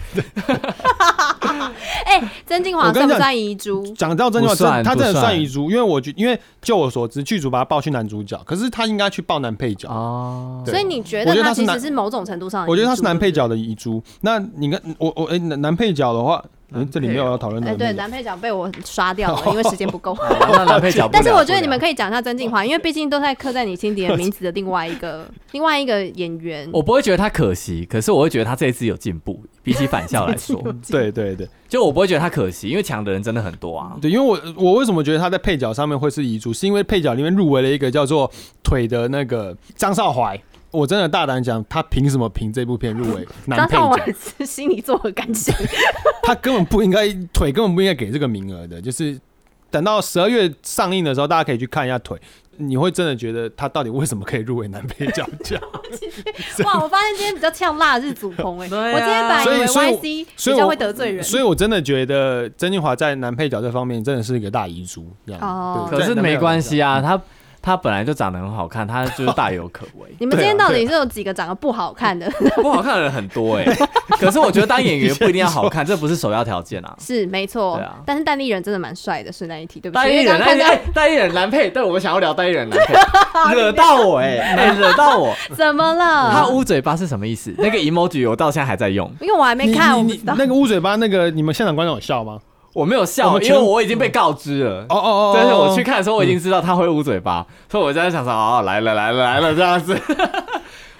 [SPEAKER 2] 哎、曾静华
[SPEAKER 5] 我跟
[SPEAKER 2] 算
[SPEAKER 5] 你
[SPEAKER 2] 不
[SPEAKER 5] 讲
[SPEAKER 2] 算遗珠？
[SPEAKER 5] 讲到真的，
[SPEAKER 3] 不算
[SPEAKER 5] 他真
[SPEAKER 3] 不
[SPEAKER 5] 的
[SPEAKER 3] 算
[SPEAKER 5] 算遗珠，因为我觉，因为就我所知，剧组把他报去男主角，可是他应该去报男配角。
[SPEAKER 3] 哦，
[SPEAKER 5] 对
[SPEAKER 2] 所以你觉
[SPEAKER 5] 我
[SPEAKER 2] 得
[SPEAKER 5] 觉得他
[SPEAKER 2] 他
[SPEAKER 5] 是
[SPEAKER 2] 其
[SPEAKER 5] 男
[SPEAKER 2] 实是某种程度上的
[SPEAKER 5] 我觉得他是
[SPEAKER 2] 遗珠
[SPEAKER 5] 男配。角的遗珠。那你看，我我哎，男男配角的话，
[SPEAKER 3] 男
[SPEAKER 5] 嗯，这里没有要讨论
[SPEAKER 2] 哎、
[SPEAKER 5] 男
[SPEAKER 2] 对，
[SPEAKER 5] 配角。
[SPEAKER 2] 男配角被我刷掉
[SPEAKER 5] [LAUGHS]
[SPEAKER 2] 了，因为时间不够。
[SPEAKER 3] 那男配角不了。
[SPEAKER 2] 但是我觉得
[SPEAKER 3] 不了
[SPEAKER 2] 你们可以讲一下曾静华，因为毕竟都在刻在你心底的名字的另外一个另外一个演员。
[SPEAKER 5] 哦
[SPEAKER 3] 我不会觉得他可惜，可是我会觉得他这一次有进步，比起返校来
[SPEAKER 2] [LAUGHS]
[SPEAKER 3] 说，
[SPEAKER 5] 对对对
[SPEAKER 3] 就我不会觉得他可惜，因为强的人真的很多啊。
[SPEAKER 5] 对，因为我我为什么觉得他在配角上面会是遗珠，是因为配角里面入围了一个叫做腿的那个张少怀。我真的大胆讲，他凭什么凭这部片入围男
[SPEAKER 2] 张
[SPEAKER 5] 配
[SPEAKER 2] 少
[SPEAKER 5] 角
[SPEAKER 2] 文？是心里作何感想？ [LAUGHS]
[SPEAKER 5] 他根本不应该，腿根本不应该给这个名额的。就是等到十二月上映的时候，大家可以去看一下腿，你会真的觉得他到底为什么可以入围男配
[SPEAKER 2] [LAUGHS]
[SPEAKER 5] 角奖？ [LAUGHS]
[SPEAKER 2] 哇，我发现今天比较呛辣的是祖鹏哎、
[SPEAKER 3] [LAUGHS] 对啊
[SPEAKER 2] 我今天本来以为
[SPEAKER 5] 所以所
[SPEAKER 2] YC
[SPEAKER 5] 以所
[SPEAKER 2] 比
[SPEAKER 5] 以
[SPEAKER 2] 较
[SPEAKER 5] 我
[SPEAKER 2] 会得罪人，
[SPEAKER 5] 所以我真的觉得曾俊华在男配角这方面真的是一个大遗珠，这样。
[SPEAKER 2] 哦。
[SPEAKER 5] 对
[SPEAKER 3] 可是没关。系啊，他他本来就长得很好看，他就是大有可 [LAUGHS] 为
[SPEAKER 5] 啊
[SPEAKER 2] 你们今天到底是有几个长得不好看的？
[SPEAKER 3] 不好看的人很多哎、 [LAUGHS] 可是我觉得当演员不一定要好 [LAUGHS] 看，这不是首要条件 [LAUGHS] 啊。
[SPEAKER 2] 是没错、
[SPEAKER 3] 对啊
[SPEAKER 2] 但是戴立人真的蛮帅的，顺带一提，对不起。
[SPEAKER 3] 代
[SPEAKER 2] 因
[SPEAKER 3] 言
[SPEAKER 2] 为刚
[SPEAKER 3] 人，
[SPEAKER 2] 刚看
[SPEAKER 3] 哎
[SPEAKER 2] 到，
[SPEAKER 3] 代言人男配，对我们想要聊代言人男配， [LAUGHS] 惹到我哎、 [LAUGHS] 哎、惹到我。
[SPEAKER 2] 怎么
[SPEAKER 3] 他
[SPEAKER 2] 了？
[SPEAKER 3] 捂嘴巴是什么意思？那个 emoji 我到现在还在用，
[SPEAKER 2] 因为我还没
[SPEAKER 5] 你
[SPEAKER 2] 看，我不
[SPEAKER 5] 你你
[SPEAKER 2] 知道。
[SPEAKER 5] 那个捂嘴巴那个，你们现场观众有笑吗？
[SPEAKER 3] 我没有
[SPEAKER 5] 我
[SPEAKER 3] 笑，
[SPEAKER 5] 们
[SPEAKER 3] 因
[SPEAKER 5] 全
[SPEAKER 3] 为我已经被告知了。
[SPEAKER 5] 哦哦
[SPEAKER 3] 但是我去看的时候，我已经知道他会捂嘴巴，
[SPEAKER 2] 嗯
[SPEAKER 3] 所以我在想说，哦，来了来了来了这样子。 [LAUGHS]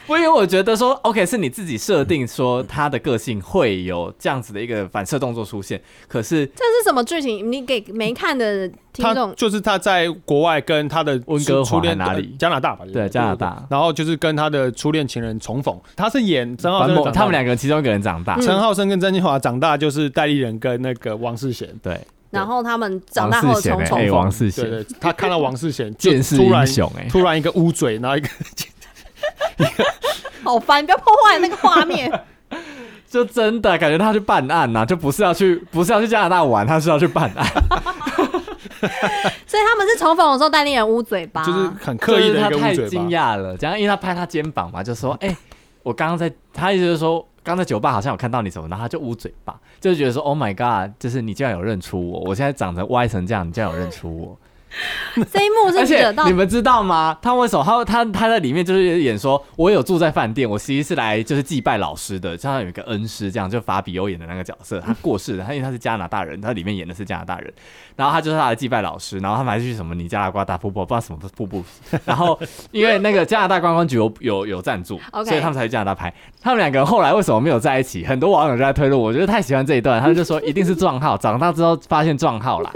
[SPEAKER 3] 不，因为我觉得说，OK，是你自己设定说他的个性会有这样子的一个反射动作出现，可是
[SPEAKER 2] 这是什么剧情？你给没看的听
[SPEAKER 5] 他
[SPEAKER 2] 众
[SPEAKER 5] 就是他在国外跟他的
[SPEAKER 3] 温哥华
[SPEAKER 5] 初恋
[SPEAKER 3] 还哪里
[SPEAKER 5] 呃加拿大吧？
[SPEAKER 3] 对加拿大
[SPEAKER 5] 然后就是跟他的初恋情人重逢，他哦是演曾浩
[SPEAKER 3] 反
[SPEAKER 5] 生
[SPEAKER 3] 某
[SPEAKER 5] 的，
[SPEAKER 3] 他们两个人其中一个人长大，
[SPEAKER 2] 嗯
[SPEAKER 5] 陈浩生跟曾俊华长大就是戴立人跟那个王世贤。
[SPEAKER 3] 对，
[SPEAKER 2] 然后他们长大后
[SPEAKER 3] 王世贤
[SPEAKER 2] 重
[SPEAKER 3] 欸
[SPEAKER 2] 重
[SPEAKER 3] 哎
[SPEAKER 2] 逢
[SPEAKER 3] 王，世
[SPEAKER 5] 对对
[SPEAKER 3] 贤，，
[SPEAKER 5] 他看到王世贤就
[SPEAKER 3] [LAUGHS] 见识
[SPEAKER 5] 突然
[SPEAKER 3] 英雄哎、
[SPEAKER 5] 突然一个捂嘴，然后一个
[SPEAKER 2] 好烦！不要破坏那个画面。
[SPEAKER 3] 就真的感觉他去办案啊呐、就不是要去不是要去加拿大玩，他是要去办案，
[SPEAKER 2] 所以他们是重逢的时候，戴立人捂嘴巴，
[SPEAKER 5] 就是很刻意的一
[SPEAKER 3] 啊就是
[SPEAKER 5] 个
[SPEAKER 3] 他太
[SPEAKER 5] 捂嘴
[SPEAKER 3] 惊
[SPEAKER 5] 巴。
[SPEAKER 3] 讶了，这样因为他拍他肩膀嘛，就说，哎、我刚刚在，他意思就是说。刚在酒吧好像有看到你什么，然后他就捂嘴巴，就是觉得说，Oh my god，就是你竟然有认出我，我现在长得歪成这样，你竟然有认出我，
[SPEAKER 2] 这一幕
[SPEAKER 3] 而
[SPEAKER 2] 是
[SPEAKER 3] 且
[SPEAKER 2] 惹到
[SPEAKER 3] 你们知道吗？他为什么他他他在里面就是演说，我有住在饭店，我其实是来就是祭拜老师的，像有一个恩师这样，就法比欧演的那个角色，他过世了，他因为他是加拿大人，他里面演的是加拿大人，然后他就是他的祭拜老师，然后他们还去什么尼加拉瓜大瀑布，不知道什么瀑布， [LAUGHS] 然后因为那个加拿大观光局有有有赞助
[SPEAKER 2] OK
[SPEAKER 3] 所以他们才去加拿大拍。他们两个人后来为什么没有在一起？很多网友就在推论，我觉得太喜欢这一段，他们就说一定是撞号，长大之后发现撞号啦。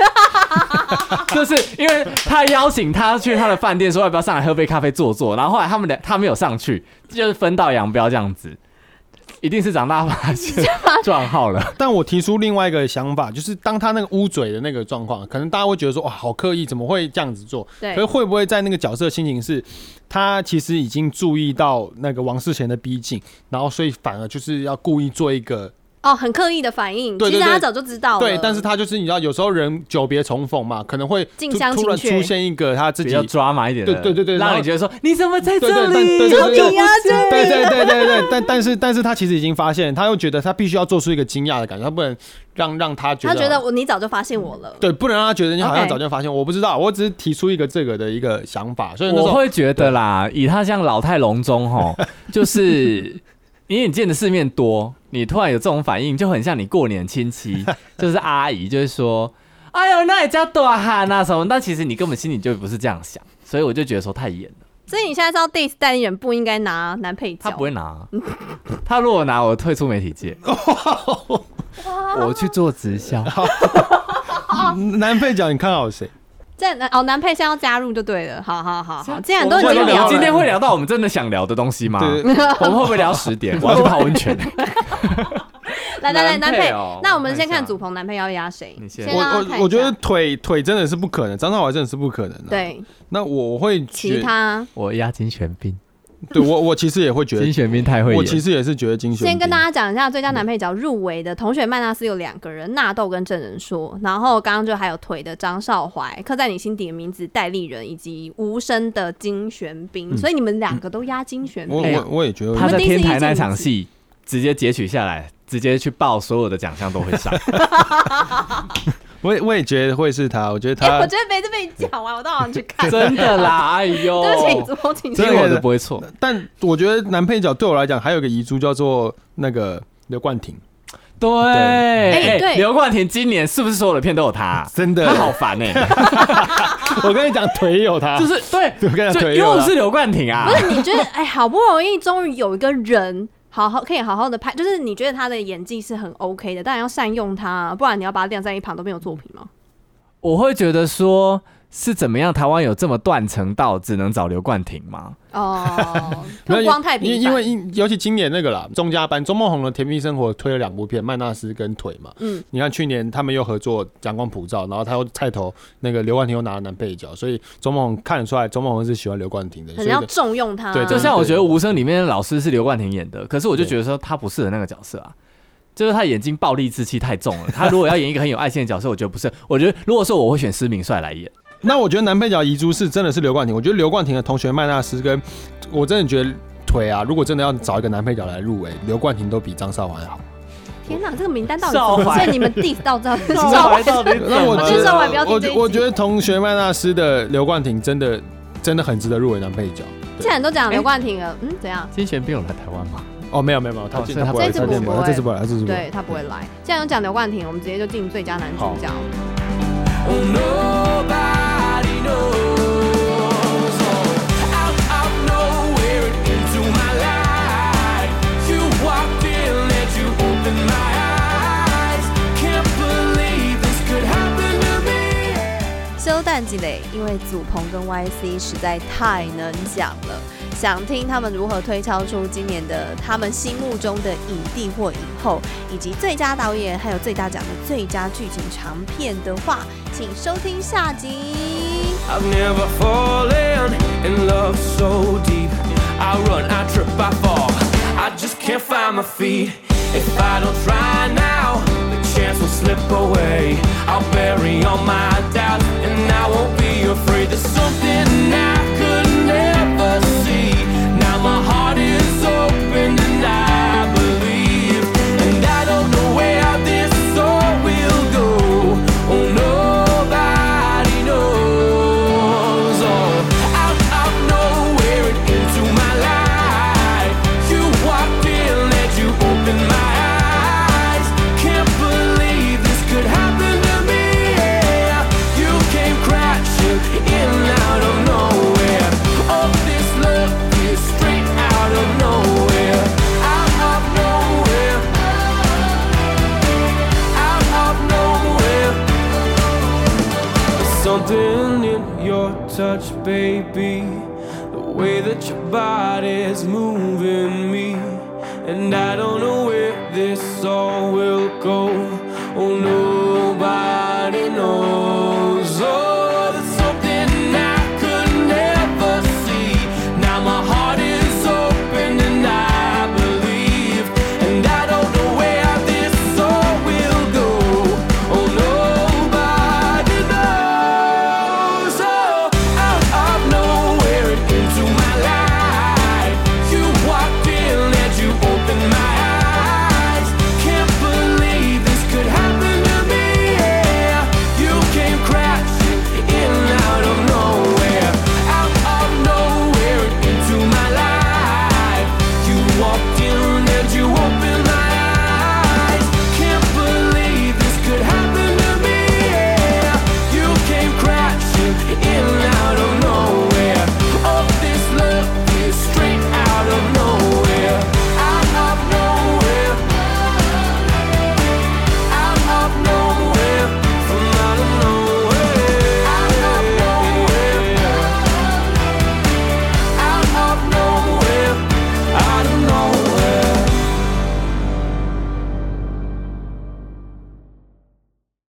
[SPEAKER 3] [LAUGHS] 就是因为他邀请他去他的饭店，说要不要上来喝杯咖啡坐坐，然后后来他们俩他没有上去，就是分道扬镳这样子，一定是长大发现撞号了。
[SPEAKER 5] 但我提出另外一个想法，就是当他那个捂嘴的那个状况，可能大家会觉得说哇，哦好刻意，怎么会这样子做？
[SPEAKER 2] 对
[SPEAKER 5] 可是会不会在那个角色的心情是，他其实已经注意到那个王世贤的逼近，然后所以反而就是要故意做一个
[SPEAKER 2] 哦，很刻意的反应，
[SPEAKER 5] 对对
[SPEAKER 2] 其实
[SPEAKER 5] 对
[SPEAKER 2] 他早就知道了。
[SPEAKER 5] 对，但是他就是你知道，有时候人久别重逢嘛，可能会突
[SPEAKER 2] 近乡情
[SPEAKER 5] 突然
[SPEAKER 2] 怯
[SPEAKER 5] 出现一个他自
[SPEAKER 3] 比
[SPEAKER 5] 己
[SPEAKER 3] 较抓马一点的，
[SPEAKER 5] 对对对对然
[SPEAKER 3] 让
[SPEAKER 5] 后
[SPEAKER 3] 你觉得说你怎么在
[SPEAKER 5] 对
[SPEAKER 3] 这
[SPEAKER 5] 对
[SPEAKER 3] 里？
[SPEAKER 5] 对对对
[SPEAKER 2] 就你啊就你
[SPEAKER 5] 对对对对
[SPEAKER 2] [LAUGHS]
[SPEAKER 5] 对，但但是但是他其实已经发现，他又觉得他必须要做出一个惊讶的感觉，他不能让让他觉
[SPEAKER 2] 他
[SPEAKER 5] 得嗯
[SPEAKER 2] 觉得我你早就发现我了。
[SPEAKER 5] 对，不能让他觉得你好像
[SPEAKER 2] OK
[SPEAKER 5] 早就发现。我不知道，我只是提出一个这个的一个想法，所以那时
[SPEAKER 3] 我
[SPEAKER 5] 候
[SPEAKER 3] 会觉得啦，以他像老态龙钟吼，就是因为你见的世面多，你突然有这种反应，就很像你过年亲戚，就是阿姨，就是说，哎呦，那也叫大汉啊什么，但其实你根本心里就不是这样想，所以我就觉得说太严了，
[SPEAKER 2] 所以你现在知道 Days 代理人不应该拿男配角，
[SPEAKER 3] 他不会拿，他如果拿我退出媒体界，
[SPEAKER 5] [LAUGHS]
[SPEAKER 3] 我去做直销，
[SPEAKER 5] 男配角，你看好谁？
[SPEAKER 2] 在男哦男配现在要加入就对了。好好好好，既然
[SPEAKER 5] 我
[SPEAKER 2] 都已
[SPEAKER 5] 们
[SPEAKER 2] 经
[SPEAKER 5] 会
[SPEAKER 2] 聊
[SPEAKER 5] 聊
[SPEAKER 2] 了，
[SPEAKER 3] 今天会聊到我们真的想聊的东西吗？
[SPEAKER 5] 对
[SPEAKER 3] [LAUGHS] 我们会不会聊十点？我要去泡温
[SPEAKER 2] [LAUGHS]
[SPEAKER 3] 泉。
[SPEAKER 2] 来来来男
[SPEAKER 3] 男
[SPEAKER 2] 配
[SPEAKER 3] 配哦，
[SPEAKER 2] 那我们先
[SPEAKER 3] 看一下
[SPEAKER 2] 看祖鹏男配要压谁？
[SPEAKER 3] 你先
[SPEAKER 2] 先
[SPEAKER 5] 我
[SPEAKER 2] 让啊他看一
[SPEAKER 5] 我
[SPEAKER 2] 下
[SPEAKER 5] 我觉得腿腿真的是不可能，张少华真的是不可能、啊。，
[SPEAKER 2] 对，
[SPEAKER 5] 那我会觉
[SPEAKER 2] 其他
[SPEAKER 3] [LAUGHS] 我压金玄彬，
[SPEAKER 5] 对我我其实也会
[SPEAKER 3] [LAUGHS]
[SPEAKER 5] 觉
[SPEAKER 3] 金
[SPEAKER 5] 得，
[SPEAKER 3] 玄彬太会演。
[SPEAKER 5] 我其实也是觉得嗯金选。
[SPEAKER 2] 先跟大家讲一下最佳男配角入围的同学麦纳斯有两个人，纳豆跟郑仁硕，然后刚刚就还有腿的张少怀，刻在你心底的名字戴立人，以及无声的金玄彬，所以你们两个都压金玄
[SPEAKER 5] 嗯我
[SPEAKER 2] 彬
[SPEAKER 5] 我
[SPEAKER 2] 啊。
[SPEAKER 5] 我也觉得
[SPEAKER 3] 他在天台那场戏直接截取下来，直接去报所有的奖项都会 [LAUGHS] 上。
[SPEAKER 5] 我也我也觉得会是他，我觉得
[SPEAKER 2] 哎， [LAUGHS] 我
[SPEAKER 5] 他
[SPEAKER 2] 觉得没这么一讲完，我倒想去看。
[SPEAKER 3] 真的啦，哎
[SPEAKER 5] 哦
[SPEAKER 3] 呦，
[SPEAKER 2] 对不起，祖鹏，请
[SPEAKER 3] 听
[SPEAKER 2] 说。
[SPEAKER 3] 我的不会错。
[SPEAKER 5] 但我觉得男配角对我来讲还有一个遗珠叫做那个刘冠廷，
[SPEAKER 3] 对，
[SPEAKER 2] 哎对
[SPEAKER 3] 刘冠廷今年是不是所有的片都有他 [LAUGHS] 啊？
[SPEAKER 5] 真的
[SPEAKER 3] 他好烦 [LAUGHS] 哎，
[SPEAKER 5] 我跟你讲腿有他，
[SPEAKER 3] 就是
[SPEAKER 5] 对我跟
[SPEAKER 3] 对，
[SPEAKER 5] 你讲
[SPEAKER 3] 就
[SPEAKER 5] 腿有
[SPEAKER 3] 又
[SPEAKER 5] 他
[SPEAKER 3] 是。刘冠廷啊
[SPEAKER 2] 不。是你觉得，哎，好不容易终于有一个人好好可以好好的拍，就是你觉得他的演技是很 OK 的，当然要善用他啊，不然你要把他晾在一旁都没有作品吗？
[SPEAKER 3] 我会觉得说。是怎么样？台湾有这么断层到只能找刘冠廷吗？
[SPEAKER 2] [LAUGHS] 哦，
[SPEAKER 5] 没有
[SPEAKER 2] 曝光太频繁，
[SPEAKER 5] 因因为因尤其今年那个啦，钟嘉班、钟梦红的《甜蜜生活》推了两部片，《麦纳斯》跟《腿》嘛。
[SPEAKER 2] 嗯
[SPEAKER 5] 嗯，你看去年他们又合作《阳光普照》，然后他又菜头那个刘冠廷又拿了男配角，所以钟梦红看得出来，钟梦红是喜欢刘冠廷的。
[SPEAKER 2] 可
[SPEAKER 5] 所
[SPEAKER 2] 能
[SPEAKER 5] 以
[SPEAKER 2] 要重用他。啊
[SPEAKER 5] 对
[SPEAKER 3] 就像我觉得《
[SPEAKER 5] 对
[SPEAKER 3] 无声》里面的老师是刘冠廷演的，可是我就觉得说他不适合那个角色啊，就是他眼睛暴力之气太重了。他如果要演一个很有爱心的角色，我觉得不是。我觉得如果说我会选施明帅来演，
[SPEAKER 5] 那我觉得男配角遗珠是真的是刘冠廷，我觉得刘冠廷的同学麦纳斯跟我真的觉得腿啊，如果真的要找一个男配角来入围，刘冠廷都比张
[SPEAKER 2] [LAUGHS]
[SPEAKER 5] 韶涵好。
[SPEAKER 2] 天哪，这个名单到底怎
[SPEAKER 3] 少
[SPEAKER 2] 么？
[SPEAKER 3] 怀
[SPEAKER 2] 所以你们 diss
[SPEAKER 3] [LAUGHS]
[SPEAKER 2] 到这，
[SPEAKER 3] 少
[SPEAKER 2] 怀
[SPEAKER 3] 怀到底
[SPEAKER 5] 那我
[SPEAKER 2] 我
[SPEAKER 5] 觉
[SPEAKER 2] 觉得稍
[SPEAKER 5] 得
[SPEAKER 2] 微不要听这一集
[SPEAKER 5] 我我觉得同学麦纳斯的刘冠廷真的真的很值得入围男配角。
[SPEAKER 2] 既然都讲
[SPEAKER 5] 哎
[SPEAKER 2] 刘冠廷了，嗯，怎样？
[SPEAKER 3] 金玄彬有来台湾吗？
[SPEAKER 5] 哦，没有没有没有，他
[SPEAKER 3] 哦
[SPEAKER 5] 今
[SPEAKER 3] 所以他
[SPEAKER 5] 不会来，
[SPEAKER 2] 这次不
[SPEAKER 5] 不会来，
[SPEAKER 2] 会
[SPEAKER 5] 他这次不会来，他这次不会来。
[SPEAKER 2] 对他不会来。既然都讲刘冠廷，我们直接就进最佳男主角。
[SPEAKER 6] Oh, nobody knows. Oh, out of nowhere and into my life, you walked in and you opened my eyes. Can't believe this could happen to me.
[SPEAKER 7] 休淡季嘞，因为祖鹏跟 YC 实在太能讲了。想听他们如何推敲出今年的他们心目中的影帝或影后，以及最佳导演还有最大奖的最佳剧情长片的话，请收听下集。
[SPEAKER 6] I've never fallen in love so deep. I run, I trip, I fall. I just can't find my feet. If I don't try now, the chance will slip away. I'll bury all my doubts and I won't be afraid. There's something I could never see. Now my heart is open and I believe. And I don't know where this all will go. Oh, nobody knows. Oh, wanted your touch, baby. The way that your body's moving me. And I don't know where this all will go. Oh, nobody knows. Oh, Oh, Oh,